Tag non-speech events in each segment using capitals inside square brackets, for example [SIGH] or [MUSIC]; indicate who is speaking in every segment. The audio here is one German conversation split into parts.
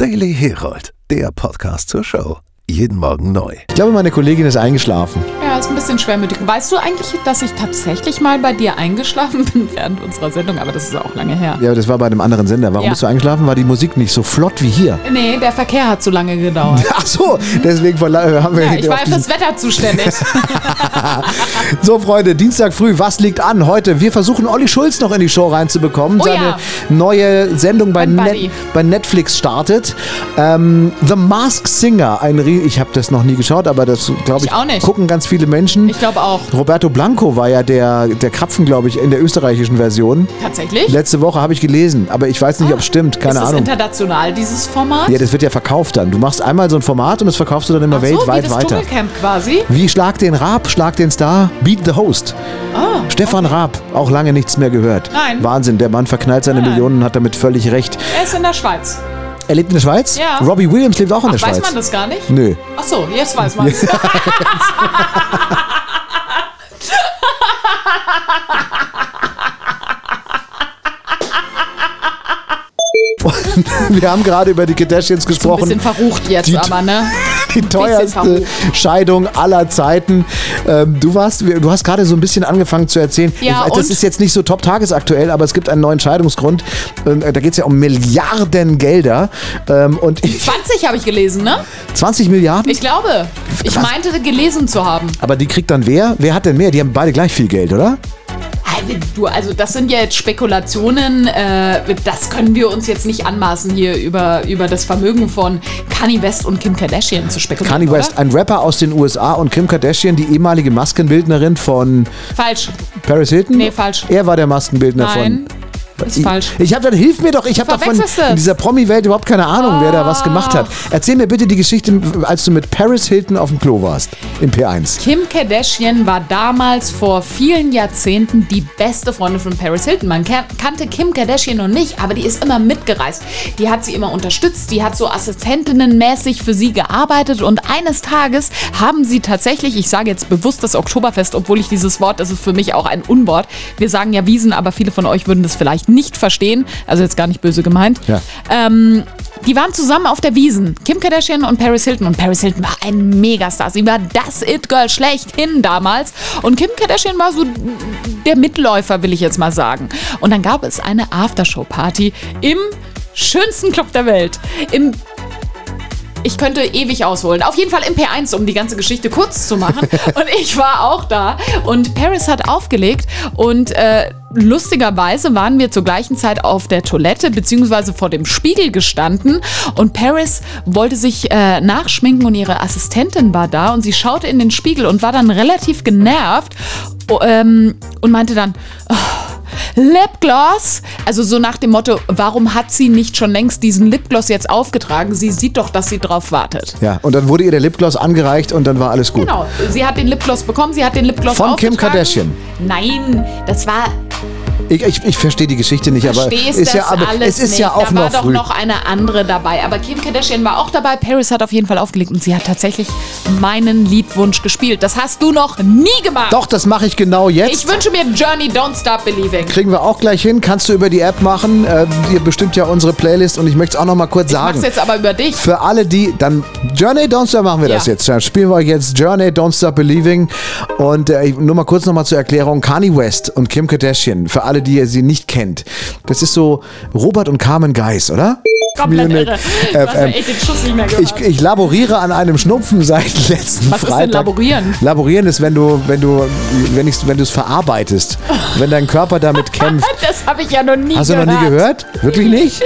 Speaker 1: Daily Herold, der Podcast zur Show. Jeden Morgen neu.
Speaker 2: Ich glaube, meine Kollegin ist eingeschlafen.
Speaker 3: Ja, ist ein bisschen schwermütig. Weißt du eigentlich, dass ich tatsächlich mal bei dir eingeschlafen [LAUGHS] bin während unserer Sendung? Aber das ist auch lange her.
Speaker 2: Ja, aber das war bei einem anderen Sender. Warum
Speaker 3: Ja.
Speaker 2: bist du eingeschlafen? War die Musik nicht so flott wie hier? [LAUGHS]
Speaker 3: Nee, der Verkehr hat zu lange gedauert.
Speaker 2: Ach so, deswegen verla- äh, haben wir
Speaker 3: Ja,
Speaker 2: hinterher
Speaker 3: ich war
Speaker 2: auf
Speaker 3: fürs
Speaker 2: [LAUGHS]
Speaker 3: Wetter zuständig.
Speaker 2: diesen- So, Freunde, Dienstag früh, was liegt an heute? Wir versuchen, Olli Schulz noch in die Show reinzubekommen.
Speaker 3: Oh
Speaker 2: Seine
Speaker 3: ja.
Speaker 2: neue Sendung bei,
Speaker 3: Mein
Speaker 2: Net
Speaker 3: Buddy.
Speaker 2: bei Netflix startet. Ähm, The Mask Singer, ein Rie Ich habe das noch nie geschaut, aber das, glaube ich,
Speaker 3: Ich auch nicht.
Speaker 2: gucken ganz viele Menschen.
Speaker 3: Ich glaube auch.
Speaker 2: Roberto Blanco war ja der, der Krapfen, glaube ich, in der österreichischen Version.
Speaker 3: Tatsächlich?
Speaker 2: Letzte Woche habe ich gelesen, aber ich weiß nicht, ob es stimmt. Keine
Speaker 3: Ah, ist das
Speaker 2: Ahnung.
Speaker 3: international, dieses Format?
Speaker 2: Ja, das wird ja verkauft dann. Du machst einmal so ein Format und das verkaufst du dann immer
Speaker 3: Ach so, wie
Speaker 2: weltweit
Speaker 3: das
Speaker 2: weiter.
Speaker 3: Dschungelcamp quasi.
Speaker 2: Wie Schlag den Raab, Schlag den Star, Beat the Host. Stefan Raab, auch lange nichts mehr gehört.
Speaker 3: Ah. Nein.
Speaker 2: Wahnsinn, der Mann verknallt seine
Speaker 3: Nein.
Speaker 2: Millionen und hat damit völlig recht.
Speaker 3: Er ist in der Schweiz.
Speaker 2: Er lebt in der Schweiz?
Speaker 3: Ja.
Speaker 2: Robbie Williams lebt auch in
Speaker 3: Ach,
Speaker 2: der
Speaker 3: weiß
Speaker 2: Schweiz.
Speaker 3: man das gar nicht?
Speaker 2: Nö. [LAUGHS]
Speaker 3: Ach so, jetzt weiß man es. [LAUGHS]
Speaker 2: Wir haben gerade über die Kardashians
Speaker 3: Ein bisschen
Speaker 2: gesprochen.
Speaker 3: verrucht jetzt,
Speaker 2: Die-
Speaker 3: aber ne?
Speaker 2: Die [LAUGHS] teuerste
Speaker 3: verrucht.
Speaker 2: Scheidung aller Zeiten. Ähm, du warst, wir- du hast gerade so ein bisschen angefangen zu erzählen.
Speaker 3: Ja,
Speaker 2: ich weiß, das
Speaker 3: und?
Speaker 2: ist jetzt nicht so top tagesaktuell, aber es gibt einen neuen Scheidungsgrund. Ähm, da geht es ja um Milliarden Gelder. Ähm, und ich,
Speaker 3: 20 habe ich gelesen, ne?
Speaker 2: 20 Milliarden?
Speaker 3: Ich glaube. Ich
Speaker 2: Was?
Speaker 3: meinte gelesen zu haben.
Speaker 2: Aber die kriegt dann wer? Wer hat denn mehr? Die haben beide gleich viel Geld, oder?
Speaker 3: Also, Du, also das sind ja jetzt Spekulationen, äh, das können wir uns jetzt nicht anmaßen, hier über, über das Vermögen von Kanye West und Kim Kardashian zu spekulieren.
Speaker 2: Kanye West,
Speaker 3: Oder?
Speaker 2: ein Rapper aus den USA und Kim Kardashian, die ehemalige Maskenbildnerin von
Speaker 3: Falsch.
Speaker 2: Paris Hilton?
Speaker 3: Nee, falsch.
Speaker 2: Er war der Maskenbildner
Speaker 3: Nein,
Speaker 2: von...
Speaker 3: ist falsch.
Speaker 2: Ich habe dann, hilf mir doch, ich habe davon
Speaker 3: Verwechselst du? Ah.
Speaker 2: in dieser Promi-Welt überhaupt keine Ahnung, wer da was gemacht hat. Erzähl mir bitte die Geschichte, als du mit Paris Hilton auf dem Klo warst, im P1.
Speaker 3: Kim Kardashian war damals vor vielen Jahrzehnten die beste Freundin von Paris Hilton. Man kan- kannte Kim Kardashian noch nicht, aber die ist immer mitgereist. Die hat sie immer unterstützt, die hat so assistentinnenmäßig für sie gearbeitet und eines Tages haben sie tatsächlich, ich sage jetzt bewusst das Oktoberfest, obwohl ich dieses Wort, das ist für mich auch ein Unwort. Wir sagen ja Wiesen, aber viele von euch würden das vielleicht nicht verstehen, also jetzt gar nicht böse gemeint.
Speaker 2: Ja.
Speaker 3: Ähm, die waren zusammen auf der Wiesen. Kim Kardashian und Paris Hilton. Und Paris Hilton war ein Megastar. Sie war das It-Girl schlechthin damals. Und Kim Kardashian war so der Mitläufer, will ich jetzt mal sagen. Und dann gab es eine Aftershow-Party im schönsten Club der Welt. Im ich könnte ewig ausholen. Auf jeden Fall im P1, um die ganze Geschichte kurz zu machen. Und ich war auch da. Und Paris hat aufgelegt. Und äh, lustigerweise waren wir zur gleichen Zeit auf der Toilette, beziehungsweise vor dem Spiegel gestanden. Und Paris wollte sich äh, nachschminken und ihre Assistentin war da. Und sie schaute in den Spiegel und war dann relativ genervt. Oh, ähm, und meinte dann, oh, Lipgloss. Also so nach dem Motto, warum hat sie nicht schon längst diesen Lipgloss jetzt aufgetragen? Sie sieht doch, dass sie drauf wartet.
Speaker 2: Ja, und dann wurde ihr der Lipgloss angereicht und dann war alles gut.
Speaker 3: Genau, sie hat den Lipgloss bekommen, sie hat den Lipgloss
Speaker 2: Von Kim
Speaker 3: aufgetragen.
Speaker 2: Kardashian.
Speaker 3: Nein, das war,
Speaker 2: Ich, ich, ich verstehe die Geschichte nicht, aber,
Speaker 3: verstehst
Speaker 2: ist
Speaker 3: das
Speaker 2: ja, aber
Speaker 3: alles
Speaker 2: es ist
Speaker 3: nicht.
Speaker 2: ja auch
Speaker 3: da war
Speaker 2: noch
Speaker 3: doch
Speaker 2: früh.
Speaker 3: noch eine andere dabei. Aber Kim Kardashian war auch dabei, Paris hat auf jeden Fall aufgelegt und sie hat tatsächlich meinen Liedwunsch gespielt. Das hast du noch nie gemacht.
Speaker 2: Doch, das mache ich genau jetzt.
Speaker 3: Ich wünsche mir Journey Don't Stop Believing.
Speaker 2: Kriegen wir auch gleich hin. Kannst du über die App machen. Äh, ihr bestimmt ja unsere Playlist und ich möchte es auch noch mal kurz
Speaker 3: Ich mach's
Speaker 2: sagen.
Speaker 3: jetzt aber über dich.
Speaker 2: Für alle, die dann Journey Don't Stop machen wir
Speaker 3: Ja.
Speaker 2: das jetzt. Dann spielen wir euch jetzt Journey Don't Stop Believing. Und äh, ich- nur mal kurz noch mal zur Erklärung. Kanye West und Kim Kardashian, für alle, die ihr sie nicht kennt. Das ist so Robert und Carmen Geiss, oder?
Speaker 3: Komplett
Speaker 2: Munich
Speaker 3: irre. Du hast ja
Speaker 2: FM.
Speaker 3: echt den Schuss nicht mehr gehört.
Speaker 2: Ich, ich laboriere an einem Schnupfen seit [LAUGHS] letzten
Speaker 3: Was ist denn
Speaker 2: Freitag.
Speaker 3: laborieren?
Speaker 2: Laborieren ist, wenn du, wenn du, wenn ich's- wenn du es verarbeitest, wenn dein Körper damit kämpft.
Speaker 3: [LAUGHS] Das habe ich ja noch nie
Speaker 2: Hast du noch
Speaker 3: gehört.
Speaker 2: nie gehört? Wirklich nicht?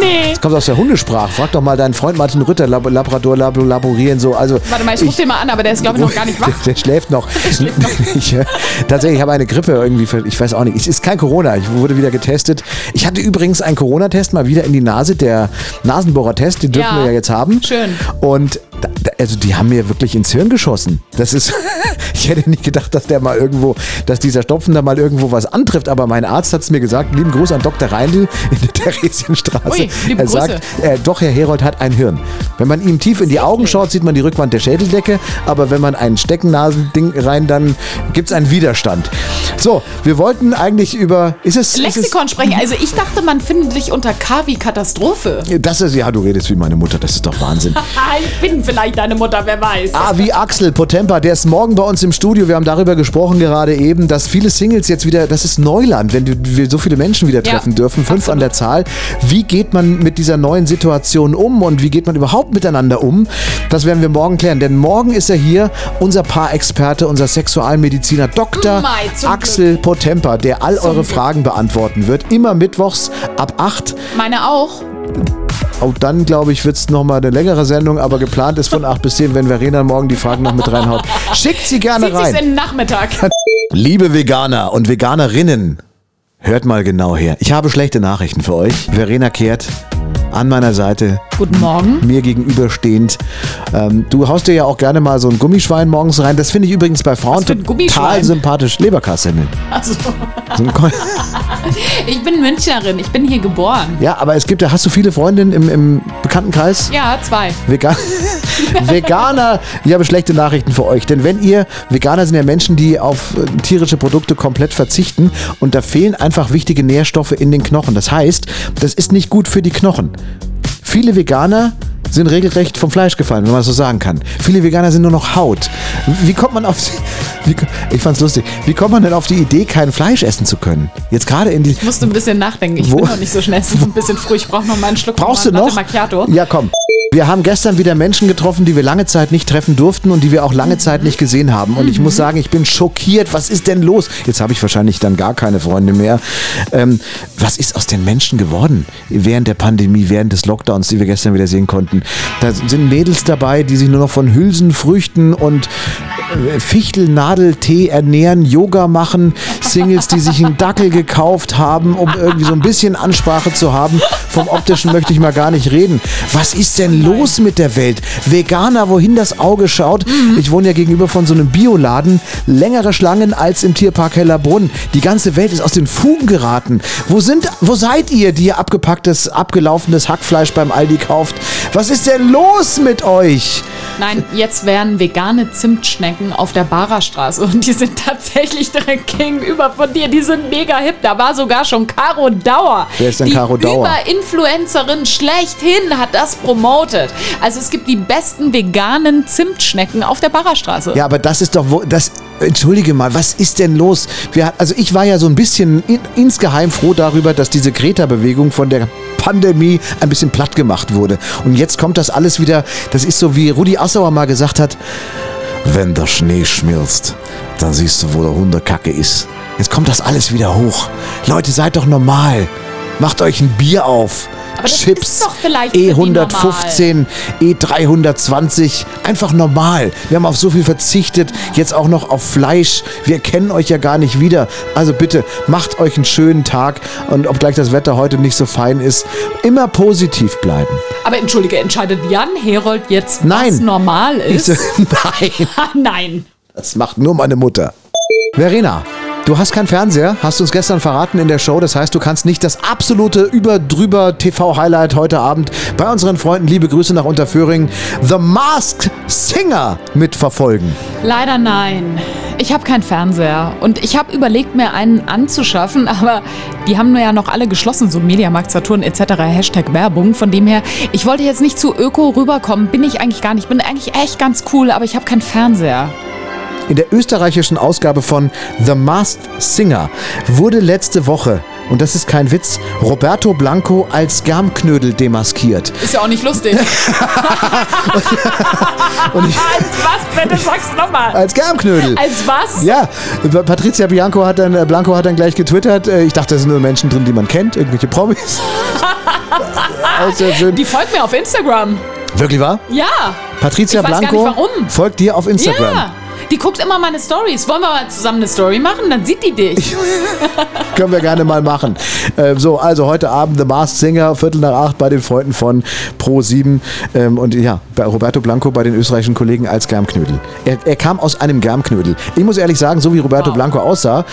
Speaker 3: Nee.
Speaker 2: Kommt aus der Hundesprache. Frag doch mal deinen Freund Martin Rütter, Lab Labrador, Lab Laborieren, so. Also,
Speaker 3: Warte mal, ich rufe den mal an, aber der ist, glaube ich, noch gar
Speaker 2: [LAUGHS]
Speaker 3: nicht wach.
Speaker 2: Der, der schläft noch. [LAUGHS] ich, äh, tatsächlich, ich habe eine Grippe irgendwie. ver- Ich weiß auch nicht. Es ist kein Corona. Ich wurde wieder getestet. Ich hatte übrigens einen Corona-Test mal wieder in die Nase. Der Nasenbohrer-Test, den dürfen
Speaker 3: Ja.
Speaker 2: wir ja jetzt haben.
Speaker 3: Schön.
Speaker 2: Und da, da, also die haben mir wirklich ins Hirn geschossen. Das ist. [LAUGHS] ich hätte nicht gedacht, dass der mal irgendwo, dass dieser Stopfen da mal irgendwo was antrifft. Aber mein Arzt hat es mir gesagt. Lieben Gruß an Dr. Reindl in der Theresienstraße.
Speaker 3: Ui, liebe
Speaker 2: er sagt,
Speaker 3: Grüße.
Speaker 2: äh, doch, Herr Herold hat ein Hirn. Wenn man ihm tief in die Augen schaut, sieht man die Rückwand der Schädeldecke, aber wenn man ein Steckennasending rein, dann gibt es einen Widerstand. So, wir wollten eigentlich über. Ist es.
Speaker 3: Lexikon sprechen. Also ich dachte, man findet dich unter K wie Katastrophe.
Speaker 2: Ist es, das ist, ja, du redest wie meine Mutter, das ist doch Wahnsinn.
Speaker 3: Ah, ich bin vielleicht deine Mutter, wer weiß.
Speaker 2: Ah, wie Axel Potempa, der ist morgen bei uns im Studio. Wir haben darüber gesprochen gerade eben, dass viele Singles jetzt wieder, das ist Neuland, wenn du- wir so viele Menschen wieder
Speaker 3: Ja,
Speaker 2: treffen dürfen, fünf an der Zahl. Wie geht man mit dieser neuen Situation um und wie geht man überhaupt miteinander um? Das werden wir morgen klären, denn morgen ist er hier, unser Paarexperte, unser Sexualmediziner Dr.
Speaker 3: Mei, zum
Speaker 2: Axel Potempa, der all eure Fragen beantworten wird. Immer mittwochs ab 8
Speaker 3: Meine auch.
Speaker 2: auch dann, glaube ich, wird es nochmal eine längere Sendung, aber geplant ist von 8 bis 10, wenn Verena morgen die Fragen noch mit reinhaut. Schickt sie gerne
Speaker 3: Zieht sich's in
Speaker 2: rein.
Speaker 3: den Nachmittag.
Speaker 2: [LAUGHS] Liebe Veganer und Veganerinnen, hört mal genau her. Ich habe schlechte Nachrichten für euch. Verena kehrt an meiner Seite,
Speaker 3: Guten Morgen.
Speaker 2: mir gegenüberstehend. Ähm, du haust dir ja auch gerne mal so ein Gummischwein morgens rein. Das finde ich übrigens bei Frauen
Speaker 3: für ein
Speaker 2: total
Speaker 3: Gummischwein?
Speaker 2: sympathisch. Leberkassemmeln.
Speaker 3: Also,
Speaker 2: So ein Kon-
Speaker 3: ich bin Münchnerin. Ich bin hier geboren.
Speaker 2: [LAUGHS] ja, aber es gibt ja, hast du viele Freundinnen im, im Bekanntenkreis?
Speaker 3: Ja, zwei.
Speaker 2: Vegan Veganer, ich habe schlechte Nachrichten für euch, denn wenn ihr, Veganer sind ja Menschen, die auf äh, tierische Produkte komplett verzichten und da fehlen einfach wichtige Nährstoffe in den Knochen. Das heißt, das ist nicht gut für die Knochen. Viele Veganer sind regelrecht vom Fleisch gefallen, wenn man das so sagen kann. Viele Veganer sind nur noch Haut. Wie kommt man auf [LAUGHS] die, wie, ich fand's lustig, wie kommt man denn auf die Idee, kein Fleisch essen zu können? Jetzt gerade in die,
Speaker 3: Ich musste ein bisschen nachdenken. Ich
Speaker 2: Wo-
Speaker 3: bin noch nicht so schnell. Es ist ein bisschen früh. Ich brauche noch mal einen Schluck.
Speaker 2: Brauchst du
Speaker 3: von meinem
Speaker 2: noch?
Speaker 3: Latte Macchiato.
Speaker 2: Ja, komm. Wir haben gestern wieder Menschen getroffen, die wir lange Zeit nicht treffen durften und die wir auch lange Zeit nicht gesehen haben. Und ich muss sagen, ich bin schockiert. Was ist denn los? Jetzt habe ich wahrscheinlich dann gar keine Freunde mehr. Ähm, was ist aus den Menschen geworden während der Pandemie, während des Lockdowns, die wir gestern wieder sehen konnten? Da sind Mädels dabei, die sich nur noch von Hülsen, Früchten und äh, Fichtelnadeltee ernähren, Yoga machen. Singles, die sich einen Dackel gekauft haben, um irgendwie so ein bisschen Ansprache zu haben. Vom optischen möchte ich mal gar nicht reden. Was ist denn los mit der Welt? Veganer, wohin das Auge schaut. Ich wohne ja gegenüber von so einem Bioladen. Längere Schlangen als im Tierpark Hellerbrunn. Die ganze Welt ist aus den Fugen geraten. Wo sind, wo seid ihr, die ihr abgepacktes, abgelaufenes Hackfleisch beim Aldi kauft? Was ist denn los mit euch?
Speaker 3: Nein, jetzt wären vegane Zimtschnecken auf der Barerstraße und die sind tatsächlich direkt gegenüber von dir. Die sind mega hip. Da war sogar schon Caro Dauer.
Speaker 2: Wer ist denn
Speaker 3: die
Speaker 2: Caro Dauer?
Speaker 3: Über-Influencerin schlechthin hat das promotet. Also es gibt die besten veganen Zimtschnecken auf der Barerstraße.
Speaker 2: Ja, aber das ist doch, wo, das, entschuldige mal, was ist denn los? Wir, also ich war ja so ein bisschen in, insgeheim froh darüber, dass diese Greta-Bewegung von der Pandemie ein bisschen platt gemacht wurde. Und jetzt kommt das alles wieder, das ist so wie Rudi Assauer mal gesagt hat, wenn der Schnee schmilzt, dann siehst du, wo der Hundekacke ist. Jetzt kommt das alles wieder hoch. Leute, seid doch normal. Macht euch ein Bier auf.
Speaker 3: Aber das
Speaker 2: Chips, E
Speaker 3: ist doch vielleicht für die
Speaker 2: E115, E320, einfach normal. Wir haben auf so viel verzichtet, jetzt auch noch auf Fleisch. Wir kennen euch ja gar nicht wieder. Also bitte, macht euch einen schönen Tag und obgleich das Wetter heute nicht so fein ist, immer positiv bleiben.
Speaker 3: Aber entschuldige, entscheidet Jan Herold jetzt, was
Speaker 2: Nein.
Speaker 3: normal
Speaker 2: Ich
Speaker 3: ist? [LAUGHS]
Speaker 2: so, [LAUGHS] nein,
Speaker 3: Ah, Nein.
Speaker 2: das macht nur meine Mutter. Verena. Du hast keinen Fernseher, hast uns gestern verraten in der Show. Das heißt, du kannst nicht das absolute überdrüber TV-Highlight heute Abend bei unseren Freunden, liebe Grüße nach Unterföhring, The Masked Singer mitverfolgen.
Speaker 3: Leider nein. Ich habe keinen Fernseher und ich habe überlegt, mir einen anzuschaffen, [LAUGHS] aber die haben nur ja noch alle geschlossen, so Mediamarkt, Saturn etc. Hashtag Werbung. Von dem her, ich wollte jetzt nicht zu Öko rüberkommen, bin ich eigentlich gar nicht. Ich bin eigentlich echt ganz cool, aber ich habe keinen Fernseher.
Speaker 2: In der österreichischen Ausgabe von The Masked Singer wurde letzte Woche, und das ist kein Witz, Roberto Blanco als Germknödel demaskiert.
Speaker 3: Ist ja auch
Speaker 2: [LAUGHS]
Speaker 3: nicht lustig. [LAUGHS] Als was, bitte sag's nochmal.
Speaker 2: Als Germknödel!
Speaker 3: Als was?
Speaker 2: Ja, Patricia Bianco hat dann, äh, Blanco hat dann gleich getwittert. äh, Ich dachte, da sind nur Menschen drin, die man kennt, irgendwelche
Speaker 3: [LAUGHS]
Speaker 2: Promis. Auch sehr schön.
Speaker 3: Die folgt mir auf Instagram.
Speaker 2: Wirklich wahr?
Speaker 3: Ja.
Speaker 2: Patricia
Speaker 3: Ich weiß gar
Speaker 2: Blanco
Speaker 3: nicht, warum.
Speaker 2: folgt dir auf Instagram.
Speaker 3: Ja. Die guckt immer meine Stories. Wollen wir mal zusammen eine Story machen? Dann sieht die dich.
Speaker 2: Können wir gerne mal machen. Äh, so, also heute Abend The Masked Singer, Viertel nach acht bei den Freunden von Pro7 ähm, und ja, bei Roberto Blanco bei den österreichischen Kollegen als Germknödel. Er, er kam aus einem Germknödel. Ich muss ehrlich sagen, so wie Roberto Blanco aussah,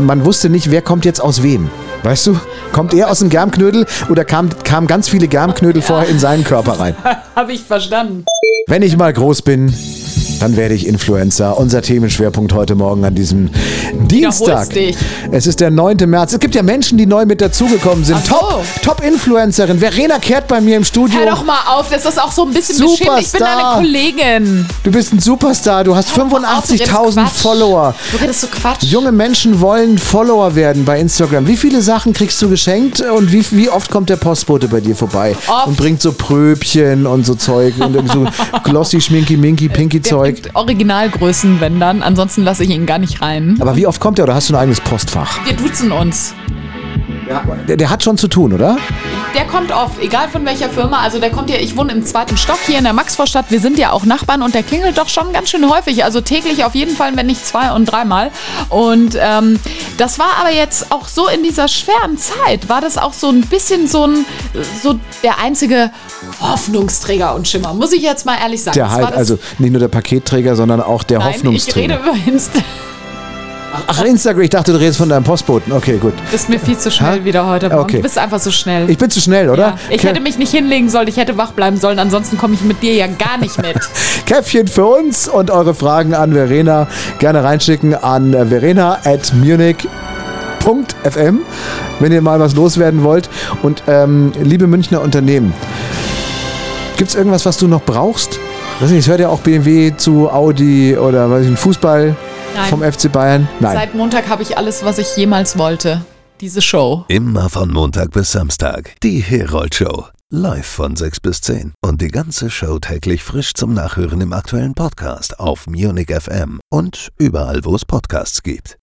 Speaker 2: man wusste nicht, wer kommt jetzt aus wem. Weißt du, kommt er aus dem Germknödel oder kamen kam ganz viele Germknödel vorher in seinen Körper rein?
Speaker 3: Habe ich verstanden.
Speaker 2: Wenn ich mal groß bin, dann werde ich Influencer. Unser Themenschwerpunkt heute Morgen an diesem Dienstag.
Speaker 3: dich.
Speaker 2: Es ist der 9. März. Es gibt ja Menschen, die neu mit dazugekommen sind.
Speaker 3: Ach so.
Speaker 2: Top, Top-Influencerin. Verena kehrt bei mir im Studio.
Speaker 3: Hör doch mal auf, das ist auch so ein bisschen
Speaker 2: Superstar.
Speaker 3: beschimpft. Ich bin deine Kollegin.
Speaker 2: Du bist ein Superstar. Du hast
Speaker 3: Hör doch mal auf, du redest
Speaker 2: 85.000
Speaker 3: Quatsch.
Speaker 2: Follower.
Speaker 3: Du redest so Quatsch.
Speaker 2: Junge Menschen wollen Follower werden bei Instagram. Wie viele Sachen kriegst du geschenkt und wie, wie oft kommt der Postbote bei dir vorbei
Speaker 3: Oft.
Speaker 2: und bringt so Pröbchen und so Zeug und irgendwie so
Speaker 3: [LAUGHS]
Speaker 2: glossy, schminky, minky, pinky
Speaker 3: Der
Speaker 2: Zeug?
Speaker 3: bringt Originalgrößen, wenn dann. Ansonsten lasse ich ihn gar nicht rein.
Speaker 2: Aber wie oft kommt der oder hast du ein eigenes Postfach?
Speaker 3: Wir duzen uns.
Speaker 2: Der, der hat schon zu tun, oder?
Speaker 3: Der kommt oft, egal von welcher Firma. Also der kommt hier, ich wohne im zweiten Stock hier in der Maxvorstadt. Wir sind ja auch Nachbarn und der klingelt doch schon ganz schön häufig. Also täglich auf jeden Fall, wenn nicht zwei und dreimal. Und ähm, das war aber jetzt auch so in dieser schweren Zeit, war das auch so ein bisschen so ein, so der einzige Hoffnungsträger und Schimmer. Muss ich jetzt mal ehrlich sagen.
Speaker 2: Der
Speaker 3: Das war
Speaker 2: halt,
Speaker 3: das-
Speaker 2: also nicht nur der Paketträger, sondern auch der
Speaker 3: Nein, ich rede
Speaker 2: Hoffnungsträger.
Speaker 3: über Insta.
Speaker 2: Ach, Instagram, ich dachte, du redest von deinem Postboten. Okay, gut.
Speaker 3: Bist mir viel zu schnell
Speaker 2: Ha?
Speaker 3: wieder heute Morgen.
Speaker 2: Okay.
Speaker 3: Du bist einfach so schnell.
Speaker 2: Ich bin zu schnell, oder?
Speaker 3: ja. Ich hätte mich nicht hinlegen sollen, ich hätte wach bleiben sollen, ansonsten komme ich mit dir ja gar nicht
Speaker 2: [LAUGHS]
Speaker 3: mit.
Speaker 2: Käffchen für uns und eure Fragen an Verena gerne reinschicken an verena at munich.fm, wenn ihr mal was loswerden wollt. Und ähm, liebe Münchner Unternehmen, gibt es irgendwas, was du noch brauchst? Weiß nicht, es hört ja auch BMW zu Audi oder weiß ich, nicht, Fußball
Speaker 3: Nein.
Speaker 2: vom FC Bayern. Nein.
Speaker 3: Seit Montag habe ich alles, was ich jemals wollte. Diese Show.
Speaker 1: Immer von Montag bis Samstag. Die Herold Show. Live von 6 bis 10. Und die ganze Show täglich frisch zum Nachhören im aktuellen Podcast auf Munich FM und überall, wo es Podcasts gibt.